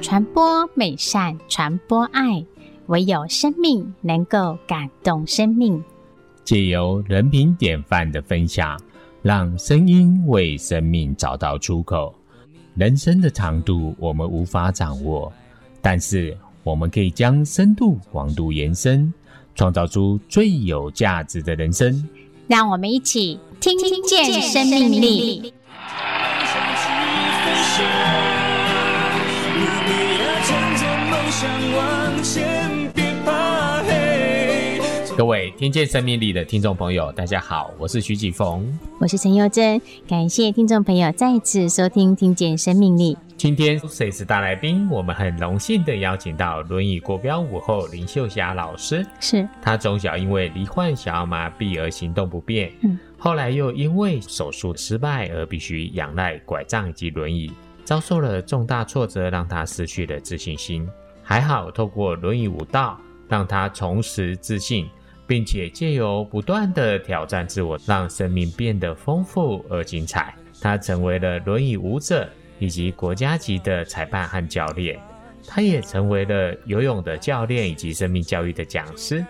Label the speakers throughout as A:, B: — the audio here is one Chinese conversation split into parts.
A: 传播美善，传播爱，唯有生命能够感动生命。
B: 借由人品典范的分享，让声音为生命找到出口。人生的长度我们无法掌握，但是我们可以将深度广度延伸，创造出最有价值的人生。
A: 让我们一起听见生命力。
B: 各位听见生命力的听众朋友，大家好，我是徐启逢。
A: 我是陈佑珍，感谢听众朋友再次收听《听见生命力》。
B: 今天谁是大来宾？我们很荣幸的邀请到轮椅国标舞后林秀霞老师。
A: 是
B: 她从小因为罹患小儿麻痹而行动不便，
A: 嗯
B: 后来又因为手术失败而必须仰赖拐杖以及轮椅，遭受了重大挫折，让她失去了自信心。还好，透过轮椅舞蹈，让她重拾自信，并且借由不断的挑战自我，让生命变得丰富而精彩。她成为了轮椅舞者以及国家级的裁判和教练。她也成为了游泳的教练以及生命教育的讲师。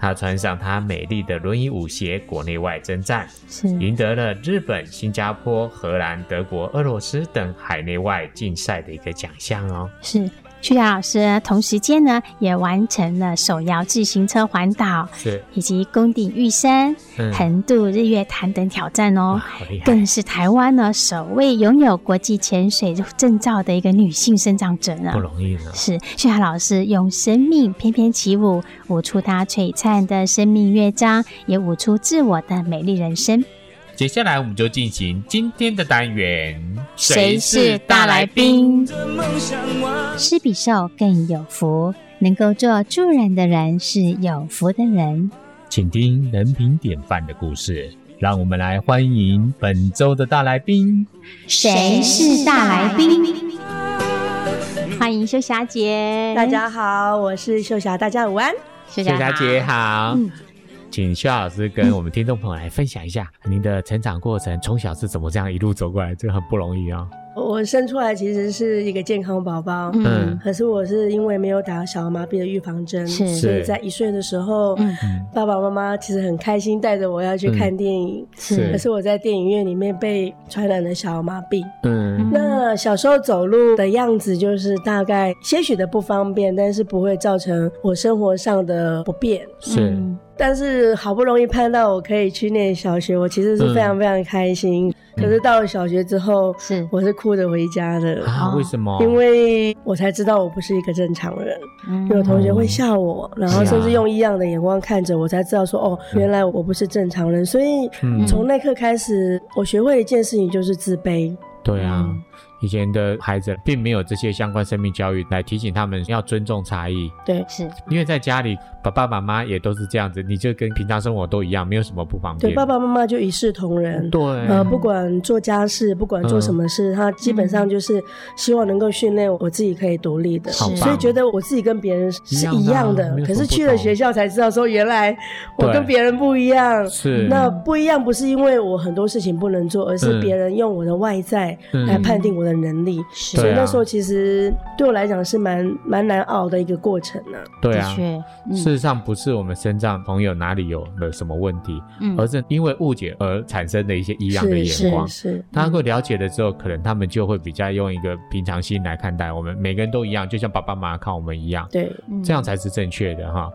B: 她穿上她美丽的轮椅舞鞋，国内外征战，
A: 是，
B: 赢得了日本、新加坡、荷兰、德国、俄罗斯等海内外竞赛的一个奖项哦。
A: 是，徐雅老师呢同时间呢也完成了手摇自行车环岛，
B: 是，
A: 以及宫顶玉山、
B: 嗯，
A: 横渡日月潭等挑战
B: 哇
A: 哦。
B: 好厉害，
A: 更是台湾呢首位拥有国际潜水证照的一个女性生长者呢
B: 不。容易呢。
A: 是旭霞老师用生命翩翩起舞，舞出她璀璨的生命乐章，也舞出自我的美丽人生。
B: 接下来我们就进行今天的单元，？？
A: 施比受更有福，能够做助人的人是有福的人。
B: 请听人品典范的故事。让我们来欢迎本周的大来宾，
A: 谁是大来宾？欢迎秀霞姐，
C: 大家好，我是秀霞，大家午安。
A: 秀
B: 谢
A: 霞
B: 佳
A: 好
B: 姐好，
A: 嗯
B: 请肖老师跟我们听众朋友来分享一下您的成长过程，从小是怎么这样一路走过来，这个很不容易哦。
C: 我我生出来其实是一个健康宝宝，
B: 嗯
A: 嗯，
C: 可是我是因为没有打小儿麻痹的预防针，
A: 是
C: 所以在一岁的时候，
A: 嗯
B: 嗯，
C: 爸爸妈妈其实很开心带着我要去看电影。
A: 嗯
B: 是
C: 可是我在电影院里面被传染了小儿麻痹。
B: 嗯
C: 那小时候走路的样子就是大概些许的不方便，但是不会造成我生活上的不便。
B: 是
A: 嗯
C: 但是好不容易盼到我可以去念小学，我其实是非常非常开心。
B: 嗯
C: 可是到了小学之后，
A: 是，
C: 我是哭着回家的，
B: 啊，
A: 哦
B: 为什么？
C: 因为我才知道我不是一个正常人。
A: 嗯
C: 有同学会笑我，然后
B: 是啊
C: 甚至用异样的眼光看着我，才知道说哦，原来我不是正常人。所以
B: 嗯
C: 从那刻开始，我学会一件事情就是自卑。
B: 对啊
A: 嗯，
B: 以前的孩子并没有这些相关生命教育来提醒他们要尊重差异，
C: 对，
A: 是
B: 因为在家里爸爸妈妈也都是这样子，你就跟平常生活都一样，没有什么不方便。
C: 对，爸爸妈妈就一视同仁。
B: 对，嗯
C: 呃，不管做家事，不管做什么事，他基本上就是希望能够训练我自己可以独立的，
A: 好
C: 所
A: 棒
C: 以觉得我自己跟别人是
B: 一
C: 一
B: 样
C: 样
B: 的啊
C: 的
B: 没有。
C: 可
B: 什么
C: 是
B: 不
C: 去了
B: 同
C: 学校才知道，说原来我
B: 对
C: 跟别人不一样。
B: 是
C: 那不一样不是因为我很多事情不能做，而是别人用我的外在
B: 嗯
C: 来判定我的能力。
A: 是
B: 对啊
C: 所以那时候其实对我来讲是蛮蛮难熬的一个过程呢、
B: 对
A: 的
B: 啊。
A: 确，嗯
B: 事实上，不是我们身上朋友哪里有了什么问题，
A: 嗯
B: 而是因为误解而产生的一些异样的
C: 是
B: 眼光
C: 是。是，
B: 他能够了解了之后，可能他们就会比较用一个平常心来看待我们，每个人都一样，就像爸爸妈妈看我们一样，
C: 对。
A: 嗯
B: 这样才是正确的哈。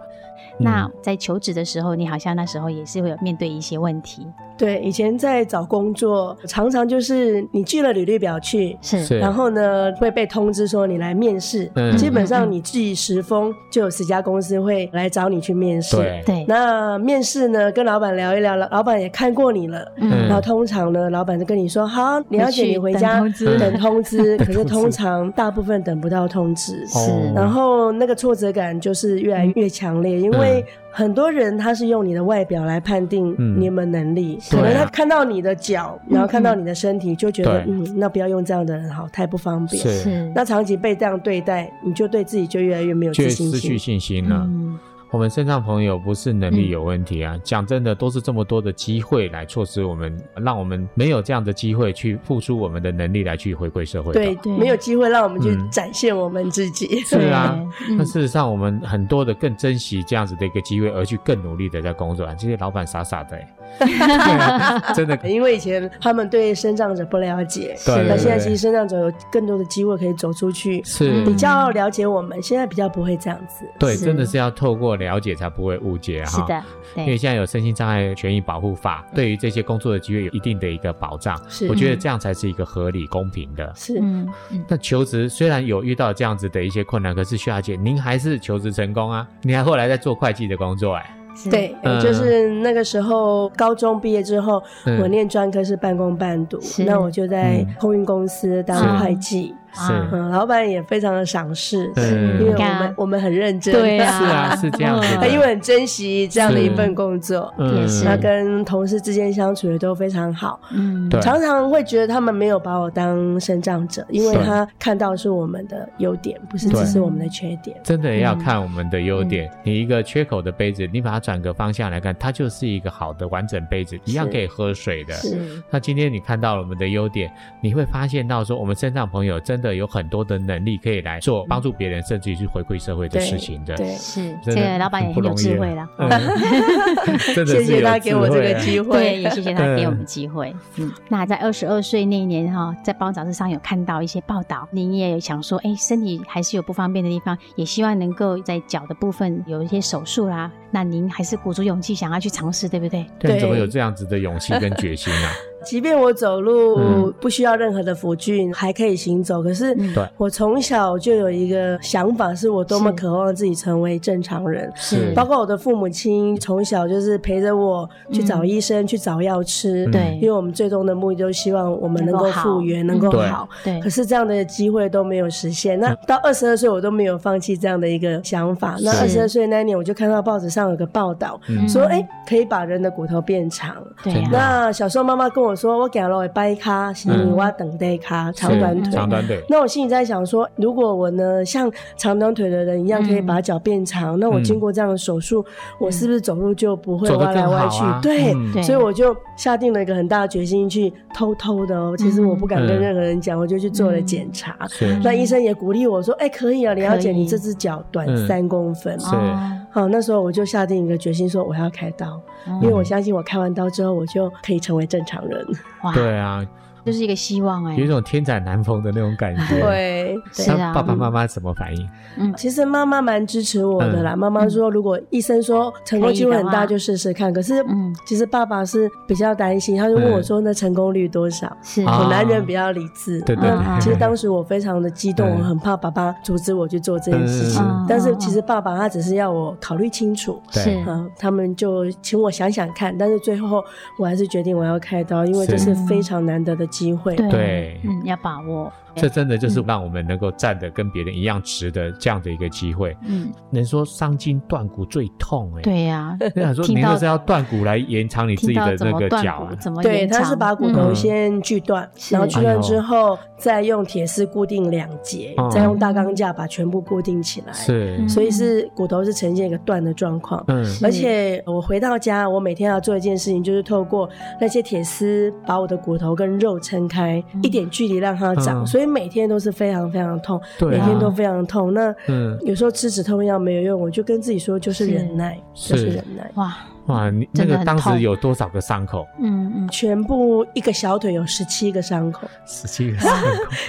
A: 那
B: 嗯
A: 在求职的时候，你好像那时候也是会有面对一些问题，
C: 对，以前在找工作，常常就是你寄了履历表去，
A: 是
B: 嗯是
C: 然后呢会被通知说你来面试。
B: 嗯
C: 基本上你寄十封，就有十家公司会来找你去面试。
B: 对
A: 对，
C: 那面试呢，跟老板聊一聊，老老板也看过你了。
B: 嗯
C: 然后通常呢，老板就跟你说：“好，你要请你回家
A: 回去等通知
C: 等通知。”可是
B: 通知
C: 通常大部分等不到通知，
A: 是
B: 哦嗯
C: 然后那个挫折感就是越来越强烈，因为很多人他是用你的外表来判定
B: 嗯
C: 你有没有能力，
B: 对
C: 可
B: 啊嗯
C: 能他看到你的脚，然后看到你的身体，就觉得
B: 对
C: 嗯，那不要用这样的人好，太不方便。
B: 是
A: 是，
C: 那长期被这样对待，你就对自己就越来越没有
B: 就
C: 自
B: 会
C: 信
B: 失去
C: 心。
B: 信心了。
A: 嗯
B: 我们身障朋友不是能
C: 嗯
B: 力有问题啊，讲真的，都是这么多的机会来错失我们，让我们没有这样的机会去付出我们的能力来去回馈社会。
C: 对，
A: 对
C: 没有机会让我们去
B: 嗯
C: 展现我们自己。
B: 是啊
A: 对，
B: 那
A: 嗯
B: 事实上，我们很多的更珍惜这样子的一个机会，而去更努力的在工作。啊这些老板傻傻 的、欸，对啊 真的，
C: 因为以前他们对身障者不了解，
B: 对对
C: 那
B: 对
C: 现在其实嗯身障者有更多的机会可以走出去，
B: 是
C: 比较了解我们。现在比较不会这样子，
B: 对，
A: 是
B: 真的是要透过了解才不会误解哈。
A: 是的，嗯
B: 因为
A: 对，
B: 现在有身心障碍权益保护法，对于这些工作的机会有一定的一个保障，
C: 是
B: 我觉得这样才是一个合理公平的。
C: 是
A: 嗯嗯，
B: 那求职虽然有遇到这样子的一些困难，可是徐小姐，您还是求职成功啊！您还后来在做会计的工作、哎，
A: 是
C: 对，
B: 嗯
C: 就是那个时候高中毕业之后，
B: 嗯
C: 我念专科是半工半读，
A: 是
C: 那我就在
B: 嗯
C: 空运公司当
A: 是
C: 会计，
A: 啊
B: 是，
C: 嗯，老板也非常的赏识，
B: 嗯
C: 因为我
A: 你看
C: 们我们很认真，
A: 对啊，
B: 是啊是这样子的
C: 哎因为很珍惜这样的一份工作。
A: 也是
B: 嗯
C: 那跟同事之间相处也都非常好，
A: 嗯，
B: 对
C: 常常会觉得他们没有把我当生长者，因为
B: 对
C: 他看到是我们的优点，不是只
B: 对
C: 是我们的缺点。
B: 真的
C: 嗯
B: 要看我们的优点。你一个缺口的杯子，你把它转个方向来看，它就是一个好的完整杯子，一样可以喝水的。
A: 是
B: 那今天你看到了我们的优点，你会发现到说，我们身上朋友真的有很多的能力可以来做帮助别人，甚至于去回馈社会的
C: 对
B: 事情的。
C: 对，
A: 是，这
B: 真的
A: 个老板也
B: 不
A: 很有
B: 容易
A: 智
B: 啊
A: 慧了。
B: 嗯 真的
C: 谢
B: 是
C: 谢
B: 有
C: 他给我这
B: 智慧啊
C: 个机
A: 对，
C: 会
A: 也。谢谢他给我们机会。嗯，那在二十二岁那一年哈、在报章杂志上有看到一些报道，您也有想说，哎，身体还是有不方便的地方，也希望能够在脚的部分有一些手术啦。那您还是鼓足勇气想要去尝试，对不对？
B: 但
C: 对
B: 怎么有这样子的勇气跟决心 啊？
C: 即便我走路
B: 嗯
C: 不需要任何的辅具，还可以行走，可是
A: 嗯
B: 对
C: 我从小就有一个想法，是我多么
A: 是
C: 渴望自己成为正常人。
A: 是
C: 包括我的父母亲从小就是陪着我去找
A: 嗯
C: 医生、去找药吃，
A: 对
C: 因为我们最终的目的就是希望我们
A: 能
C: 能
A: 够
C: 够
A: 好
C: 复原，能
A: 嗯
C: 够
B: 对
C: 好。
A: 对嗯
C: 可，是这样的机会都没有实现。那到二十二岁，我都没有放弃这样的一个想法。那二
A: 是
C: 十二岁那一年，我就看到报纸上有个报道，
B: 嗯
C: 说哎、诶可以把人的骨头变长。
A: 对
B: 真
A: 呀、
B: 的
C: 那小时候妈妈跟我说，我走路会掰咖，是因为
A: 嗯
C: 我等待咖，长短
B: 是
C: 腿。
B: 长短腿，
C: 那我心里在想说，如果我呢像长短腿的人一样，
A: 嗯
C: 可以把脚变长，那我
B: 嗯
C: 经过这样的手术，我是不是走路就不会
B: 走得
C: 歪来
B: 更
C: 歪
B: 好
C: 去？
B: 啊。
C: 对。
B: 嗯
A: 对
C: 所以我就下定了一个很大的决心，去偷偷的哦。其实我不敢跟
B: 嗯
C: 任何人讲，我就去做了检查。
B: 是
C: 那医生也鼓励我说：“哎、可以啊，李小姐，
A: 可以
C: 你这只脚短
B: 嗯
C: 三公分。
B: 是
A: 哦
C: 好，那时候我就下定一个决心，说我要开刀，
B: 嗯
C: 因为我相信我开完刀之后，我就可以成为正常人。
A: 哇，
B: 对啊，
C: 嗯
A: 就是一个希望哎、
B: 有一种天斩南风的那种 感觉。，
C: 对，
A: 是啊
B: 那爸爸妈妈怎么反应？
C: 其实妈妈蛮支持我的
B: 嗯
C: 啦。妈妈说，如果医生说成功机会很
A: 可以的话
C: 大，就试试看。可是
A: 嗯，
C: 其实爸爸是比较担心，他就问我说：“那成功率多少？”
A: 是
B: 嗯啊
C: 我男人比较理智，
B: 对对
C: 那
A: 对
C: 其实当时我非常的激动，
B: 嗯
C: 我很怕爸爸阻止我去做这件事情。
A: 嗯
C: 但是其实爸爸他只是要我考虑清楚，
A: 是
C: 嗯，他们就请我想想看。但是最后我还是决定我要开刀，因为这是
A: 是
C: 非常难得的机会。
A: 对
B: 对
A: 嗯，要把握，
B: 这真的就是让我们能够站得跟别人一样直的这样的一个机会。
A: 嗯，
B: 能说伤筋断骨最痛哎、欸，
A: 对呀、
B: 那想说
A: 听
B: 您
A: 到
B: 就是要断骨来延长你自
A: 听
B: 己
A: 到
B: 的
A: 怎
B: 那
A: 么
B: 个
A: 断
B: 脚
A: 骨，
B: 啊，
A: 怎么
C: 对，
A: 哦延
C: 他是
A: 长
C: 把骨
A: 嗯
C: 头
B: 嗯
C: 先锯断，
A: 是
C: 然后锯
B: 哎
C: 断
B: 呦
C: 之后，再用铁丝固定两节，
A: 哦
B: 嗯
C: 再用大钢架把全部固定起来。
B: 是，
A: 嗯
C: 所以是骨头是呈现一个断的状况。
B: 嗯，
A: 是
C: 而且我回到家，我每天要做一件事情，就是透过那些铁丝把我的骨头跟肉撑开，
A: 嗯
C: 一点距离让它长，
B: 嗯
C: 所以每天都是非常非常痛，
B: 对
C: 每
B: 啊，
C: 天都非常痛。那
B: 嗯，
C: 有时候吃止痛药没有用，我就跟自己说，就是
A: 是
C: 忍耐，
B: 是
C: 就是忍耐。
A: 哇，
B: 哇，你那
A: 真的
B: 个
A: 很
B: 当
A: 痛
B: 时有多少个伤口？
A: 嗯嗯，
C: 全部一个小腿有十七个伤口，
B: 十七个 伤口，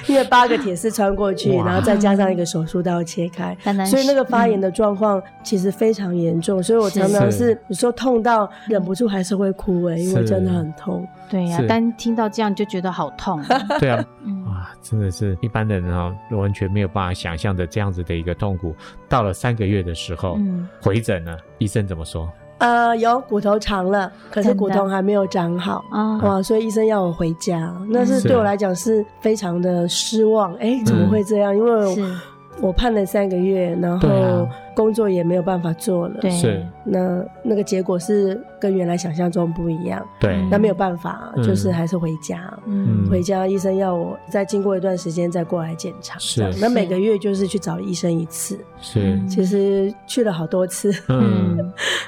C: 因为八个铁丝穿过去，
B: 哇
C: 然后再加上一个手术刀切开，
A: 当然是，
C: 所以那个发炎
A: 的
C: 的状况其实非常严重。所以我常常
B: 是
C: 是有时候痛到忍不住还是会哭哎、因为
B: 是
C: 真的很痛。
A: 嗯对呀、
B: 是
A: 但听到这样就觉得好痛啊，
B: 对啊，
A: 嗯，
B: 哇，真的是一般的人啊、完全没有办法想象的这样子的一个痛苦。到了三个月的时候，
A: 嗯
B: 回诊了，医生怎么说？
C: 呃，有骨头长了，可是
A: 真的
C: 骨头还没有长好。
A: 啊，
C: 哇！所以医生要我回家，那是
B: 是嗯
C: 对我来讲是非常的失望。哎、怎么会这样？因为我
A: 是
C: 我判了三个月，然
B: 对
C: 后
B: 啊
C: 工作也没有办法做了。
A: 对，
B: 是，
C: 那那个结果是跟原来想象中不一样，
B: 对，
A: 嗯
C: 那没有办法，啊
B: 嗯
C: 就是还是回家。啊
A: 嗯
C: 回家，医生要我再经过一段时间再过来检查，
B: 是
C: 这样那
A: 是
C: 每个月就是去找医生一次，
B: 是，
A: 嗯
C: 其实去了好多次，
B: 嗯，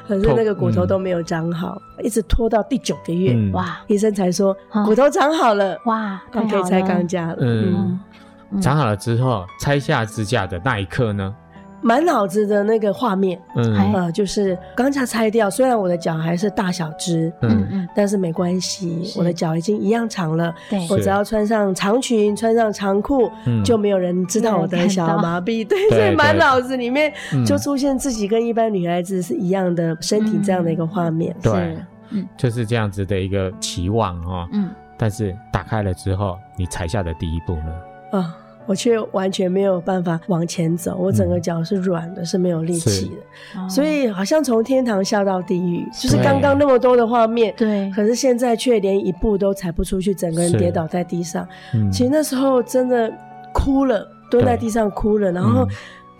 C: 可是那个骨头都没有长好，一直拖到第九个月，
B: 嗯，
A: 哇
C: 医生才说
A: 啊
C: 骨头长好了，
A: 哇，
C: 我
A: 太
C: 可以
A: 好
C: 拆
A: 了
C: 钢，架了。
B: 嗯
C: 嗯，
A: 嗯
B: 长好了之后，拆下支架的那一刻呢，
C: 满脑子的那个画面，
A: 哎
B: 嗯
C: 呃，就是钢架拆掉，虽然我的脚还是大小只，
A: 嗯
B: 嗯，
A: 嗯，
C: 但是没关系，
A: 是
C: 我的脚已经一样长了。
A: 对，
C: 我
B: 是
C: 只要穿上长裙，穿上长裤，
B: 嗯
C: 就没有人知道我的小儿 麻痹。
B: 对
C: 对，所以
B: 对
C: 满脑子里面
B: 嗯
C: 就出现自己跟一般女孩子是一样的身体
A: 嗯
C: 这样的一个画面。
B: 对
A: 嗯，
B: 就是这样子的一个期望哦。
A: 嗯，
B: 但是打开了之后，你踩下的第一步呢？
C: 啊，我却完全没有办法往前走，我整个
B: 嗯
C: 脚是软的，是没有力气的，
A: 哦
C: 所以好像从天堂下到地狱，就是
B: 对
C: 刚刚那么多的画面。
A: 对，
C: 可是现在却连一步都踩不出去，整个人
B: 是
C: 跌倒在地上。
B: 嗯，
C: 其实那时候真的哭了，蹲在地上哭了，然后
B: 嗯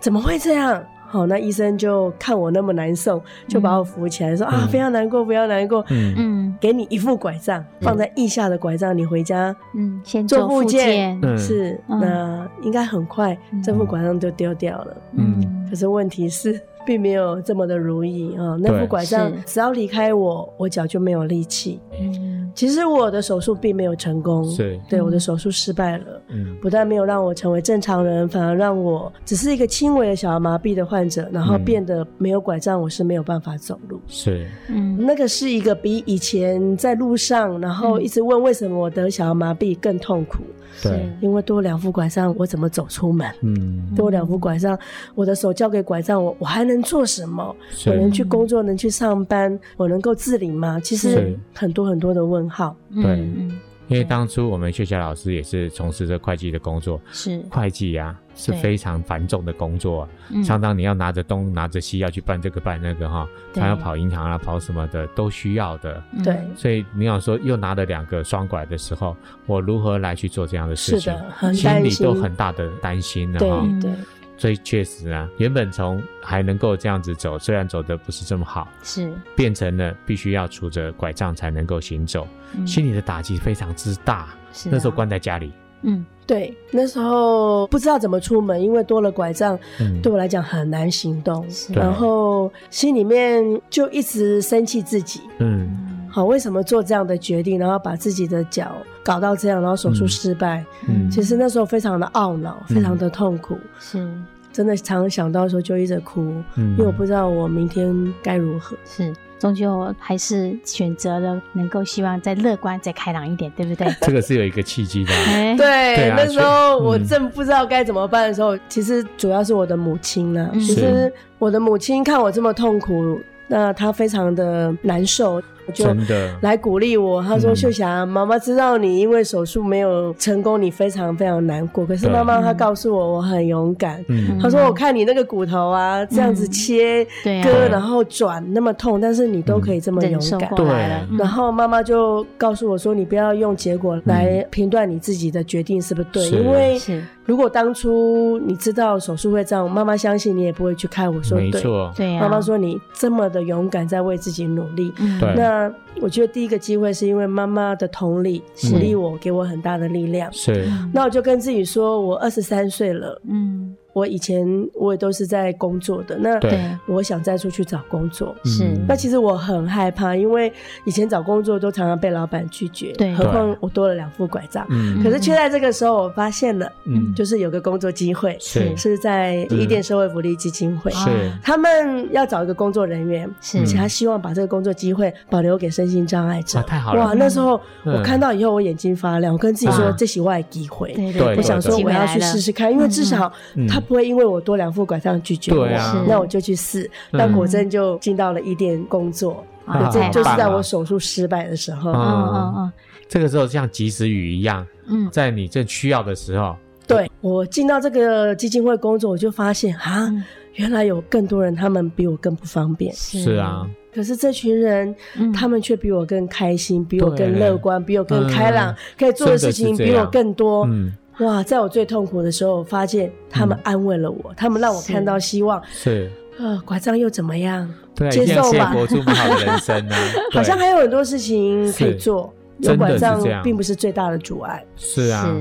C: 怎么会这样？好，那医生就看我那么难受，就把我扶起来说、啊，
B: 嗯
C: 不要难过，不要难过，
B: 嗯
A: 嗯
C: 给你一副拐杖，放在腋下的拐杖，你回家
A: 嗯，先
C: 做
A: 做
C: 复
A: 复
C: 健
A: 健，
B: 嗯
C: 是，
A: 嗯
C: 那应该很快
A: 嗯
C: 这副拐杖就丢掉了。
B: 嗯
C: 可是问题是，并没有这么的如意啊、那
B: 对
C: 副拐杖
A: 是
C: 只要离开我，我脚就没有力气。
A: 嗯
C: 其实我的手术并没有成功，
B: 是，
C: 对
A: 嗯
C: 我的手术失败了。
B: 嗯
C: 不但没有让我成为正常人，反而让我只是一个轻微的小儿麻痹的患者，然后
B: 嗯
C: 变得没有拐杖，我是没有办法走路。
B: 是，
A: 嗯
C: 那个是一个比以前在路上，然后
A: 嗯
C: 一直问为什么我得小儿麻痹更痛苦，
B: 对，
C: 因为多两副拐杖，我怎么走出门？
B: 嗯，
C: 多两副拐杖，我的手交给拐杖，我我还能做什么？
B: 是
C: 我能去工作，能去上班，我能够自理吗？其实
B: 是
C: 很多很多的问号。
A: 嗯
B: 对
A: 嗯
B: 因为当初我们学校老师也是从事着会计的工作，
A: 是
B: 会计啊是
A: 对
B: 非常繁重的工作、啊，
A: 嗯
B: 常常你要拿着东拿着西要去办这个办那个哈、
A: 对
B: 还要跑银行啊跑什么的都需要的。
A: 嗯
C: 对
B: 所以你想说又拿了两个双拐的时候，我如何来去做这样的事
C: 是
B: 情？
C: 的，很
B: 心
C: 担
B: 里
C: 心
B: 都。很大的担心了
C: 对
B: 哈、
A: 嗯
C: 对，
B: 所以确实啊，原本从还能够这样子走，虽然走的不是这么好，
A: 是
B: 变成了必须要拄着拐杖才能够行走，
A: 嗯
B: 心里的打击非常之大。
A: 是
B: 那时候
A: 啊
B: 关在家里，
A: 嗯
C: 对，那时候不知道怎么出门，因为多了拐杖，
B: 嗯，
C: 对我来讲很难行动。
A: 是
B: 对
C: 然后心里面就一直生气自己，
B: 嗯，
C: 好，为什么做这样的决定，然后把自己的脚搞到这样，然后手术
B: 嗯
C: 失败？
B: 嗯
C: 其实那时候非常的懊恼，非常的痛苦，
A: 是
C: 真的常常想到的时候就一直哭，
B: 嗯
C: 因为我不知道我明天该如何。
A: 是，终究还是选择了能够希望再乐观、再开朗一点，对不 对？
B: 这个是有一个契机的啊，
A: 哎，
C: 对，
B: 对啊
C: 那时
B: 所
C: 候
B: 以嗯
C: 我正不知道该怎么办的时候，其实主要是我的母亲啦。
A: 嗯
C: 其实
B: 是
C: 我的母亲看我这么痛苦，那她非常的难受，就
B: 真的，
C: 来鼓励我。她说：“
B: 嗯
C: 秀霞，妈妈知道你因为手术没有成功，你非常非常难过。可是
B: 对
C: 妈妈她
A: 嗯
C: 告诉我，我很勇敢。
B: 嗯
A: 嗯
C: 她说：“我看你那个骨头啊，这样子
A: 嗯
C: 切
A: 对
C: 割，
A: 啊，
C: 然后转那么痛，但是你都可以这么勇
A: 忍受
C: 敢。
A: 过
B: 对
A: 来了，嗯
C: 然后妈妈就告诉我说：“你不要用结果来评断你自己的决定是不是对，
B: 嗯是
C: 因为
A: 是
C: 如果当初你知道手术会这样，妈妈相信你也不会去看我说
B: 没
C: 对。
B: 错，
A: 对啊，
C: 妈妈说你这么的勇敢，在为自己努力。
A: 嗯，
B: 对
C: 那我觉得第一个机会是因为妈妈的同理
A: 是
C: 鼓励我，给我很大的力量。
B: 是，
A: 嗯
C: 那我就跟自己说，我二十三岁了，
A: 嗯
C: 我以前我也都是在工作的，那
B: 对
A: 对
C: 我想再出去找工作。
A: 是
B: 嗯
C: 那其实我很害怕，因为以前找工作都常常被老板拒绝，
A: 对
C: 何况我多了两副拐杖。
B: 嗯
C: 可是却在这个时候，我发现了，
B: 嗯
C: 就是有个工作机会，
B: 是
A: 是
C: 是在
B: 嗯
C: 伊甸社会福利基金会，
A: 啊
B: 是
C: 他们要找一个工作人员，
A: 是
C: 而且他希望把这个工作机会保留给身心障碍者
B: 啊，。太好
C: 哇，
B: 了，
C: 那时候
B: 嗯
C: 我看到以后，我眼睛发亮，我跟自己说，
B: 啊
C: 这是我的机会。
A: 嗯对
B: 对
C: 我想说
A: 机
C: 我
A: 会
C: 要
A: 来
C: 去
A: 了
C: 试试看，因为至少
B: 嗯
C: 他不会因为我多两副拐杖拒绝我
B: 对啊
A: 是，
C: 那我就去试。那
B: 嗯
C: 果真就进到了伊甸工作，
A: 啊
C: 对
A: 太
C: 这
A: 好
C: 就是
A: 了
C: 在我手术失败的时候。
A: 嗯
B: 啊
A: 嗯
B: 这个时候像及时雨一样，
A: 嗯嗯
B: 在你正需要的时候，
C: 对我进到这个基金会工作，我就发现啊，
A: 嗯，
C: 原来有更多人他们比我更不方便，
B: 是啊，，
C: 可是这群人
A: 嗯
C: 他们却比我更开心，比我
B: 对
C: 更乐观，比我更开朗
B: 嗯，
C: 可以做的事情
B: 真的是
C: 比
B: 这
C: 我
B: 样
C: 更多。
B: 嗯，
C: 哇，在我最痛苦的时候，我发现他们
B: 嗯
C: 安慰了我，他们让我
A: 是
C: 看到希望。
B: 是，
C: 呃，拐杖又怎么样？
B: 对啊，
C: 接
B: 一定要
C: 受
B: 谢
C: 吧
B: 佛祝美好的人生呢、啊
C: 好像
B: 对
C: 还有很多事情可以
B: 是
C: 做，有
B: 真的
C: 拐
B: 是
C: 杖
B: 这样
C: 并不是最大的阻碍。
B: 是啊，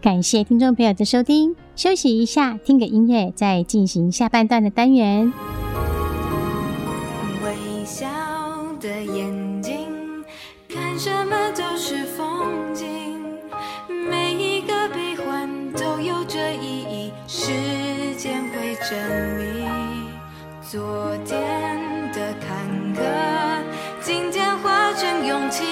A: 感谢听众朋友的收听，休息一下，听个音乐，再进行下半段的单元。
D: 微笑的眼睛，看什么都是风景，每一个悲欢都有着意义，时间会证明。昨天的坎坷，今天化成勇气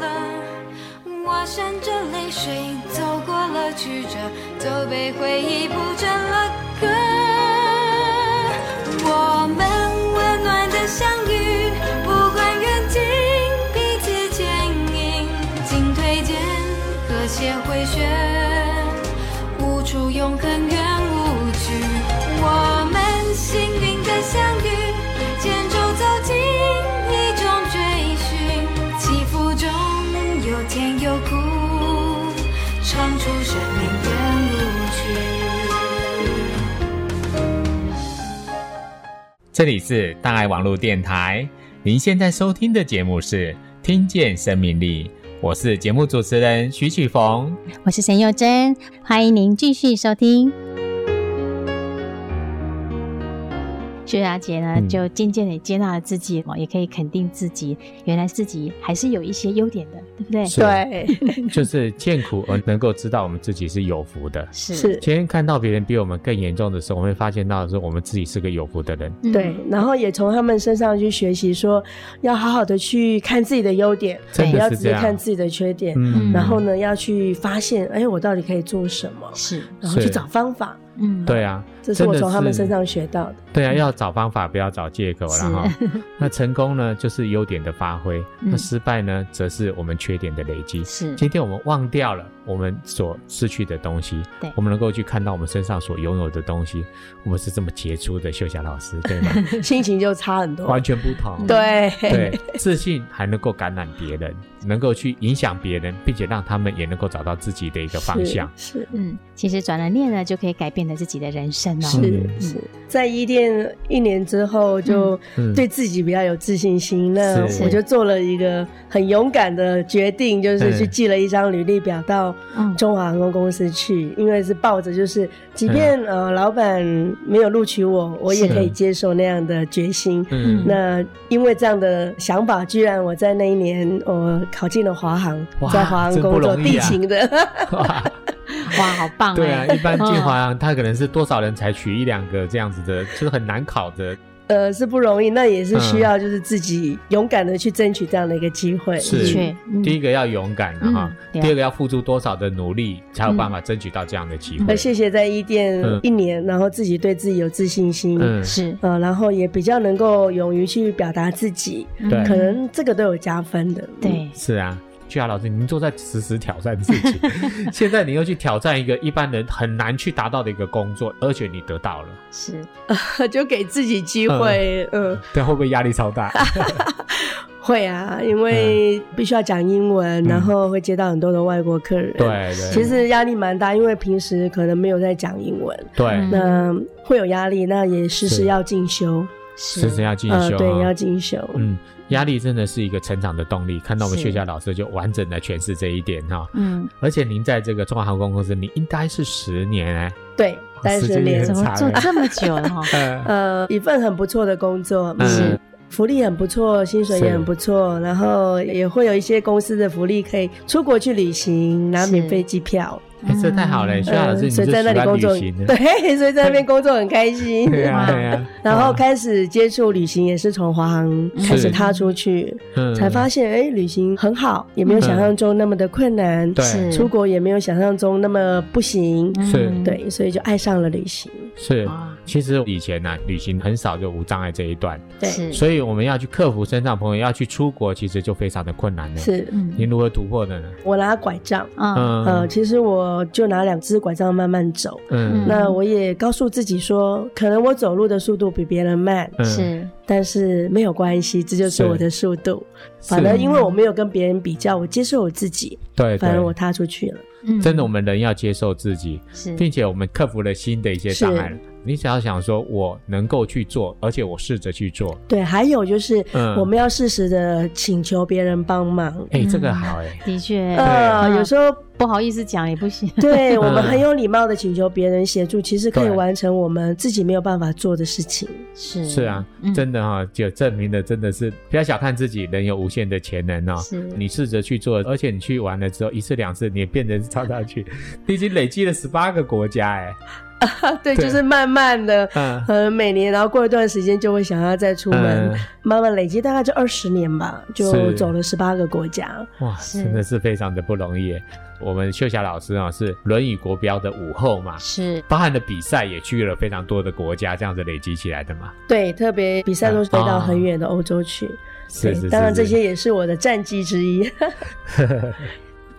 D: 了。我闪着泪水走过了曲折，都被回忆谱成了歌。我们温暖的相遇，不管远近，彼此牵引，进退间和谐回旋，无处永恒远无惧。我们幸运的相遇，牵手走进一种追寻，起伏中有甜有苦，唱出生命的舞曲。
B: 这里是大爱网络电台，您现在收听的节目是《听见生命力》，我是节目主持人徐启逢。
A: 我是沈幼珍，欢迎您继续收听。薛雅姐呢，
B: 嗯
A: 就渐渐的接纳了自己，哦，也可以肯定自己，原来自己还是有一些优点的，对不对？
B: 是
C: 对，
B: 就是 见苦而能够知道我们自己是有福的。
A: 是
C: 是，
B: 今天看到别人比我们更严重的时候，我们会发现到说我们自己是个有福的人。
A: 嗯
C: 对，然后也从他们身上去学习，说要好好的去看自己的优点，
B: 真
C: 不
B: 的
C: 要
B: 是
C: 只
B: 这
C: 是
B: 样。
C: 看自己的缺点。
A: 嗯
C: 然后呢，要去发现，哎，我到底可以做什么，
A: 是，
C: 然后去
B: 是
C: 找方法。
A: 嗯，
B: 对啊，
C: 这是我
B: 真的
C: 从他们身上学到的。
B: 对啊，要找方法，不要找借口
A: 是
B: 然后 那成功呢，就是优点的发挥；
A: 嗯
B: 那失败呢，则是我们缺点的累积。
A: 是，
B: 今天我们忘掉了我们所失去的东西
A: 对，
B: 我们能够去看到我们身上所拥有的东西。我们是这么杰出的秀霞老师，对 吗？
C: 心情就差很多
B: 完。全不同。
C: 对，
B: 对，自信还能够感染别人，能够去影响别人，并且让他们也能够找到自己的一个方向。
C: 是
A: 嗯，其实转了念呢，就可以改变了自己的人生哦。
C: 是
B: 嗯
C: 是是，在伊甸一年之后，就
B: 嗯
C: 对自己比较有自信心。那
B: 是
C: 我就做了一个很勇敢的决定，就是去
B: 嗯
C: 寄了一张履历表到
A: 嗯，
C: 中华航空公司去，因为是抱着就是，即便呃老板没有录取我，我也
A: 是
C: 可以接受那样的决心。
A: 嗯
C: 那因为这样的想法，居然我在那一年我考进了华航
B: 哇，
C: 在华航
B: 真不
C: 工作
B: 容易
C: 地
B: 啊
C: 勤的，
B: 哇
A: 哇，好棒
B: 对啊，
A: 哎
B: 一般进华阳他可能是多少人才取一两个这样子的，就是很难考的。
C: 呃，是不容易，那也是需
B: 嗯
C: 要就是自己勇敢的去争取这样的一个机会。
A: 的
B: 是
A: 确，嗯
B: 第一个要勇敢啊，哈
A: 嗯对啊
B: 第二个要付出多少的努力，才有办法争取到这样的机会
C: 那。谢谢在一店
B: 嗯
C: 一年，然后自己对自己有自信心，
B: 嗯，
A: 是，
C: 呃，然后也比较能够勇于去表达自己，
B: 对
A: 嗯
C: 可能这个都有加分的。嗯
A: 对，
B: 是啊。巨雅老师，您都在时时挑战自己， 现在你又去挑战一个一般人很难去达到的一个工作，而且你得到了，
A: 是，
C: 就给自己机会，嗯、
B: 对，会不会压力超 大？
C: 会啊，因为必须要讲英文，
B: 嗯
C: 然后会接到很多的外国客人。，
B: 对对，
C: 其实压力蛮大，因为平时可能没有在讲英文，
B: 对，
C: 那会有压力，那也时
B: 嗯是
C: 时要进修，
B: 时
A: 是
B: 时要进
C: 呃，
B: 修，
C: 对，
B: 哈
C: 要进修，
B: 嗯，压力真的是一个成长的动力。看到我们
A: 是
B: 薛家老师就完整的诠释这一点哈、
A: 嗯，
B: 而且您在这个中华航空公司，你应该是十年哎、
C: 对，但
B: 时
C: 是
B: 间也
C: 连
B: 很
A: 怎么
B: 长
A: 做
B: 哎
A: 这么久了哈？
B: 呃
C: 呃一份很不错的工作，嗯
A: 是。
C: 福利很不错，薪水也
B: 是
C: 很不错，然后也会有一些公司的福利，可以出国去旅行，拿
A: 是
C: 免费机票。
B: 哎这太好了、薛家老师，
C: 嗯
B: 你
C: 所
B: 就喜
C: 以在那里
B: 欢
C: 工作，
B: 旅行的，
C: 对，所以在 那边工作很开心。
B: 对啊
A: 哇
B: 对啊，
C: 然后
B: 哇
C: 开始接触旅行也是从华航
A: 嗯
C: 开
B: 是
C: 始踏出去，
B: 嗯
C: 才发现哎、旅行很好，也没有想象中那么的困 难，
B: 对
A: 是
C: 出国也没有想象中那么不行，
B: 是
A: 嗯，
C: 对，所以就爱上了旅行。
B: 是。
A: 哇
B: 其实以前呢、旅行很少就无障碍这一段，
C: 对，
A: 是
B: 所以我们要去克服身障朋友要去出国，其实就非常的困难了。，
C: 是
A: 嗯
B: 您如何突破的呢？
C: 我拿拐杖，
A: 嗯
C: 呃，其实我我就拿两只拐杖慢慢走。
B: 嗯
C: 那我也告诉自己说，可能我走路的速度比别人慢，
B: 嗯
A: 是
C: 但是没有关系，这就是
B: 是
C: 我的速度。
B: 是
C: 反而因为我没有跟别人比较，我接受我自己，
B: 对
C: 反而我
B: 对，
C: 踏出去了。
A: 嗯
B: 真的，我们人要接受自己，
A: 是
B: 并且我们克服了新的一些障碍
C: 是。
B: 你只要想说，我能够去做，而且我试着去做。
C: 对，还有就是
B: 嗯
C: 我们要适时的请求别人帮忙。
B: 哎，
A: 嗯
B: 这个好哎，
A: 的确
C: 呃，有时候
A: 不好意思讲也不 行，
C: 对我们
B: 嗯
C: 很有礼貌的请求别人协助，其实可以
B: 对
C: 完成我们自己没有办法做的事情。
A: 是
B: 是啊，
A: 嗯
B: 真的哈、就证明了真的是不要小看自己，人有无限的潜能哦
A: 是。
B: 你试着去做，而且你去玩了之后，一次两次，你也变成超 大去，你已经累积了十八个国家哎，
C: 啊对，
B: 对
C: 就是慢慢的，
B: 嗯
C: 呃，每年，然后过一段时间就会想要再出门，
B: 嗯
C: 慢慢累积，大概就二十年吧，就是走了十八个国家。
B: 哇，
A: 是
B: 真的是非常的不容易耶。哎我们秀霞老师啊、是轮椅国标的舞后嘛，
A: 是
B: 包含了比赛也去了非常多的国家，这样子累积起来的嘛。
C: 对，特别比赛都是飞到很远的欧洲去。
B: 啊是
C: 对
B: 是是，
C: 当然这
B: 是
C: 些也是我的战绩之一。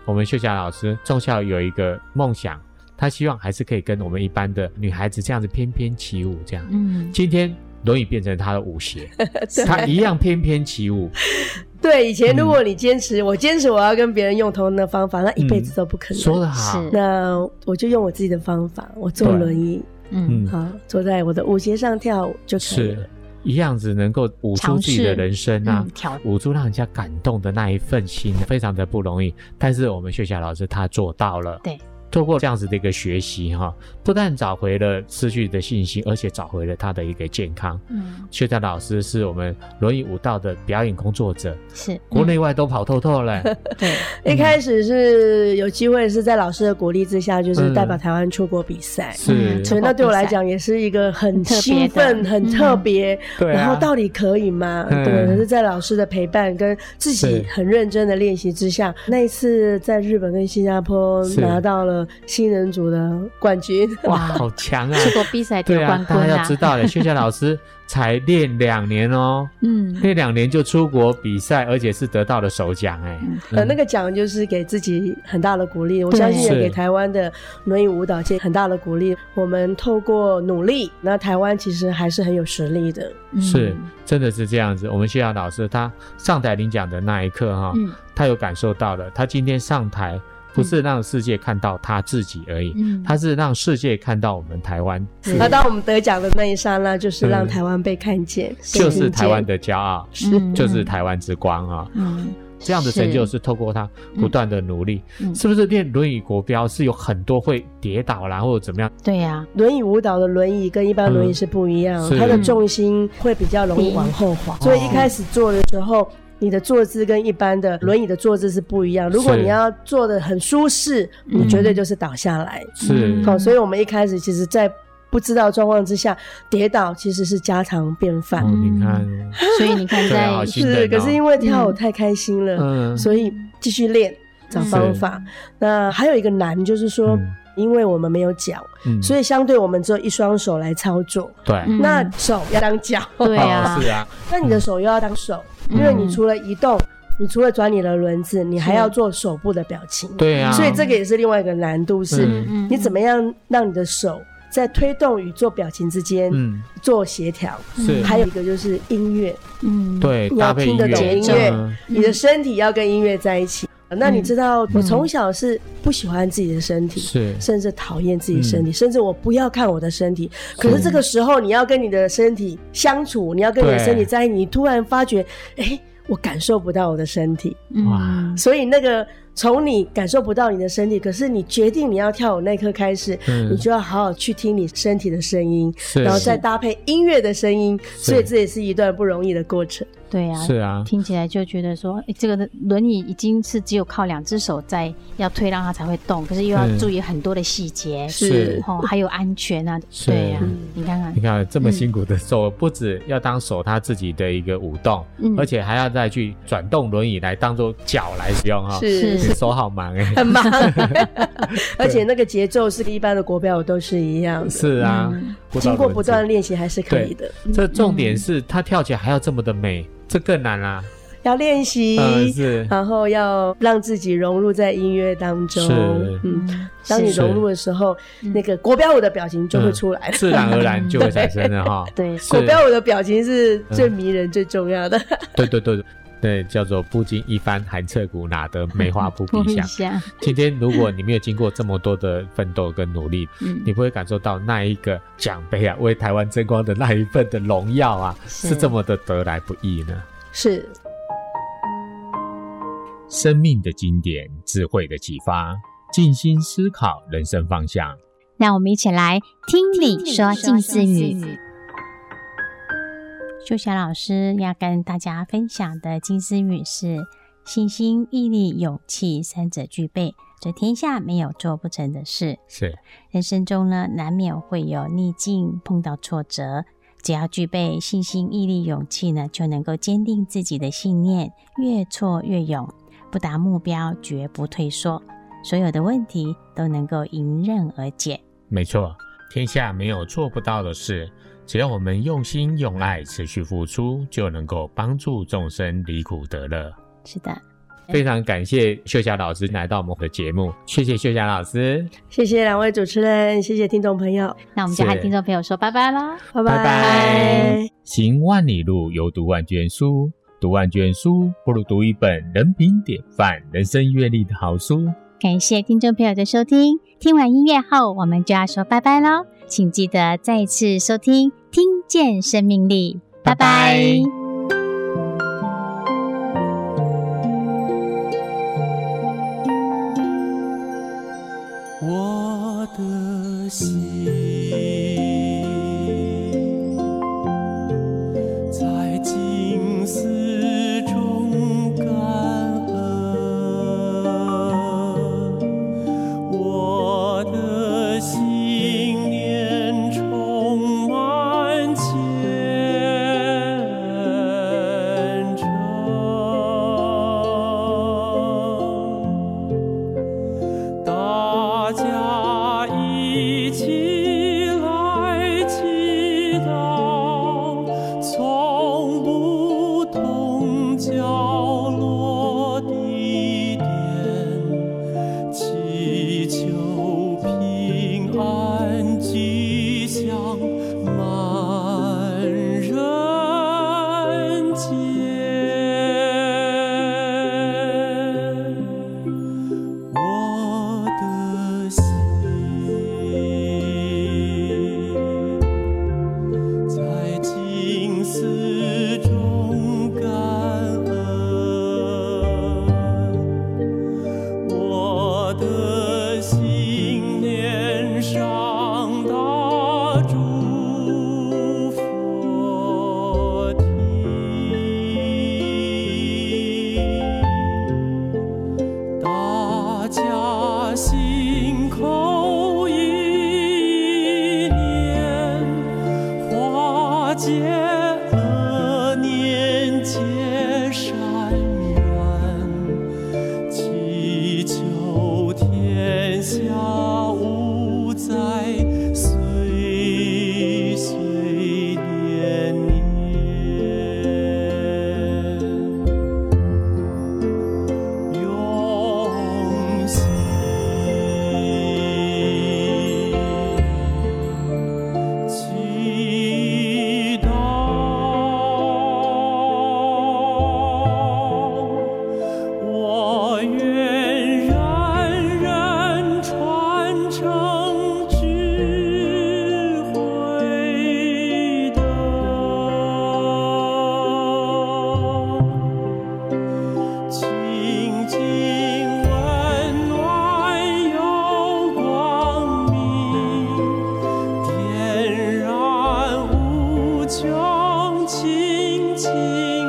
B: 我们秀霞老师从小有一个梦想，她希望还是可以跟我们一般的女孩子这样子翩翩起舞这样。
A: 嗯
B: 今天轮椅变成她的舞 鞋，她一样翩翩起舞。
C: 对，以前如果你坚持，我坚持我要跟别人用同样的方法，那一辈子都不
B: 嗯
C: 可
B: 说
C: 能。
B: 得好，
A: 是
C: 那我就用我自己的方法，我坐
B: 对
C: 轮椅，
A: 嗯
B: 嗯
C: 好，坐在我的舞鞋上跳舞就可以了
B: 是。一样子能够舞出
A: 尝
B: 自己的
A: 试
B: 人生啊
A: 嗯，挑
B: 舞出让人家感动的那一份心，非常的不容易。但是我们秀霞老师她做到了，
A: 对，
B: 透过这样子的一个学习哈、不但找回了失去的信心，而且找回了她的一个健康。
A: 嗯
B: 秀霞老师是我们轮椅舞蹈的表演工作者，
A: 是
B: 国
A: 嗯
B: 内外都跑透 透了、
A: 对
C: 一开始是有机会是在老师的鼓励之下，就是
B: 嗯
C: 代表台湾出国比赛。
B: 是
A: 嗯，
C: 所以那对我来讲也是一个很
A: 特别的嗯
C: 兴奋、很特别，
B: 对啊
C: 然后到底可以吗？
B: 嗯
C: 对，可是在老师的陪伴跟自己
B: 是
C: 很认真的练习之下，那一次在日本跟新加坡
B: 是
C: 拿到了新人组的冠军。
B: 哇，好强啊！
A: 出国比赛丢
B: 对啊
A: 冠，
B: 大
A: 军
B: 家要知道了，秀霞老师才练两年哦，
A: 嗯
B: 那两年就出国比赛，而且是得到了首奖哎、
A: 嗯
C: 呃， 那个奖就是给自己很大的鼓励，我相信也
B: 是
C: 给台湾的轮椅舞蹈界很大的鼓励。我们透过努力，那台湾其实还是很有实力的。
A: 嗯
B: 是真的是这样子。我们秀霞老师他上台领奖的那一刻哈、
A: 嗯
B: 他有感受到了，他今天上台不是让世界看到他自己而已，
A: 嗯
B: 他是让世界看到我们台湾，
A: 是嗯
C: 那当我们得奖的那一刹那，就是让
B: 嗯
C: 台湾被看见，被
B: 就
C: 听
B: 是
C: 见
B: 台湾的骄傲，
A: 嗯
B: 就是台湾之光啊、
A: 嗯
B: 这样的成就是透过他不断的努力，
A: 嗯
B: 是不是练轮椅国标是有很多会跌倒啦，或者怎么样？
A: 对啊呀
C: 轮椅舞蹈的轮椅跟一般轮椅
B: 嗯
C: 是不一样，
B: 是嗯
C: 它的重心会比较容易往后滑，所以一开始坐的时候。你的坐姿跟一般的轮椅的坐姿是不一样。如果
B: 是
C: 你要坐的很舒适，你
A: 嗯
C: 绝对就是倒下来。
B: 是
A: 嗯
C: 好、所以我们一开始其实，在不知道状况之下跌倒，其实是家常便饭。
B: 哦，你看，
A: 所以你看
B: 对啊
A: 在
B: 好心疼
C: 是，
B: 哦
C: 可是因为跳舞
A: 嗯
C: 太开心了，
B: 嗯，
C: 所以继续练，找方法。那还有一个难就是说，
B: 嗯
C: 因为我们没有脚，
B: 嗯
C: 所以相对我们只有一双手来操作。
B: 对，
A: 嗯
C: 那手要当 脚，
A: 对呀
B: 哦是啊，
C: 那你的手又要当手，
B: 嗯
C: 因为你除了移动，你除了转你的轮子，你还要做手部的表情。
B: 对啊，
C: 所以这个也是另外一个难度，是
B: 嗯
A: 嗯
C: 你怎么样让你的手在推动与做表情之间
B: 嗯
C: 做协调。
B: 是，
C: 还有一个就是音乐，
A: 嗯
B: 对
C: 你要
B: 搭配
C: 听得懂
B: 乐，
A: 音乐
B: 嗯
C: 你的身体要跟音乐在一起。那你知道，我从小是不喜欢自己的身体，
B: 是
C: 甚至讨厌自己身体，甚至我不要看我的身体。可是
B: 嗯是
C: 这个时候，你要跟你的身体相处，你要跟你的
B: 对
C: 身体在一起，你突然发觉，哎、我感受不到我的身体。
B: 哇
A: 嗯
C: 所以那个从你感受不到你的身体，可是你决定你要跳舞那一刻开始，
B: 嗯
C: 你就要好好去听你身体的声音，
B: 是
C: 然后再搭配音乐的声音，所以这也是一段不容易的过程。
A: 对呀
B: 是啊，
A: 听起来就觉得说，诶哎这个轮椅已经是只有靠两只手在要推让它才会动，可是又要
B: 嗯
A: 注意很多的细节，
B: 是
A: 哦，还有安全啊，
B: 是
A: 对呀、
B: 嗯
A: 你看看
B: 你，看这么辛苦的手，不止要当手他自己的一个舞动，
A: 嗯
B: 而且还要再去转动轮椅来当做脚来使用哈，
A: 是
B: 你手好忙哎，
C: 很忙， 而且那个节奏是跟一般的国标舞都是一样的，
B: 是啊
A: 嗯，。
B: 不知道
C: 经过
B: 怎么
C: 不嗯
B: 做
C: 断。练习还是可以的。
B: 这重点是他跳起来还要这么的美，这更难啦。
C: 要练习，
B: 嗯，是
C: 然后要让自己融入在音乐当中。
B: 是
C: 嗯，当你
B: 是
C: 融入的时候，那个国标舞的表情就会出来了。
B: 自然而然就会产生的哈
A: 对
B: 是
C: 国标舞的表情是
B: 嗯
C: 最迷人、最重要的。
B: 对对对对，叫做不经一番寒彻骨，哪得梅花扑
A: 摸
B: 鼻
A: 一
B: 香。
A: 下，
B: 今天如果你没有经过这么多的奋斗跟努力，
A: 嗯
B: 你不会感受到那一个奖杯啊，为台湾争光的那一份的荣耀啊，
A: 是
B: 是这么的得来不易呢。
C: 是，
B: 生命的经典，智慧的启发，静心思考人生方向。
A: 让我们一起来听你说近似语。秀霞老师要跟大家分享的金丝语是：信心、毅力、勇气三者具备，这天下没有做不成的事。
B: 是
A: 人生中呢，难免会有逆境，碰到挫折。只要具备信心、毅力、勇气呢，就能够坚定自己的信念，越挫越勇，不达目标绝不退缩，所有的问题都能够迎刃而解。
B: 没错，天下没有做不到的事。只要我们用心用爱，持续付出，就能够帮助众生离苦得乐。
A: 是的，
B: 非常感谢秀霞老师来到我们的节目，谢谢秀霞老师，
C: 谢谢两位主持人，谢谢听众朋友，
A: 那我们就和
B: 是
A: 听众朋友说拜拜啦。
C: 拜
B: 拜
C: 拜
B: 拜。行万里路，犹读万卷书，读万卷书不如读一本人品典范、人生阅历的好书。
A: 感谢听众朋友的收听。听完音乐后，我们就要说拜拜喽，请记得再次收听《听见生命力》，拜拜。
B: 拜拜
E: 我的心在静思中感恩，我的心念充满虔诚。大家一起来祈祷，从不同角落的点，祈求平安吉祥满人间。我的心在静思中感恩，我的心念上大诸佛提。大家心口一念，化解恶念，结善缘，祈求天下无灾，岁岁年年。用心，祈祷，我愿人人传承智慧灯。静静温暖有光明，点燃无穷清净。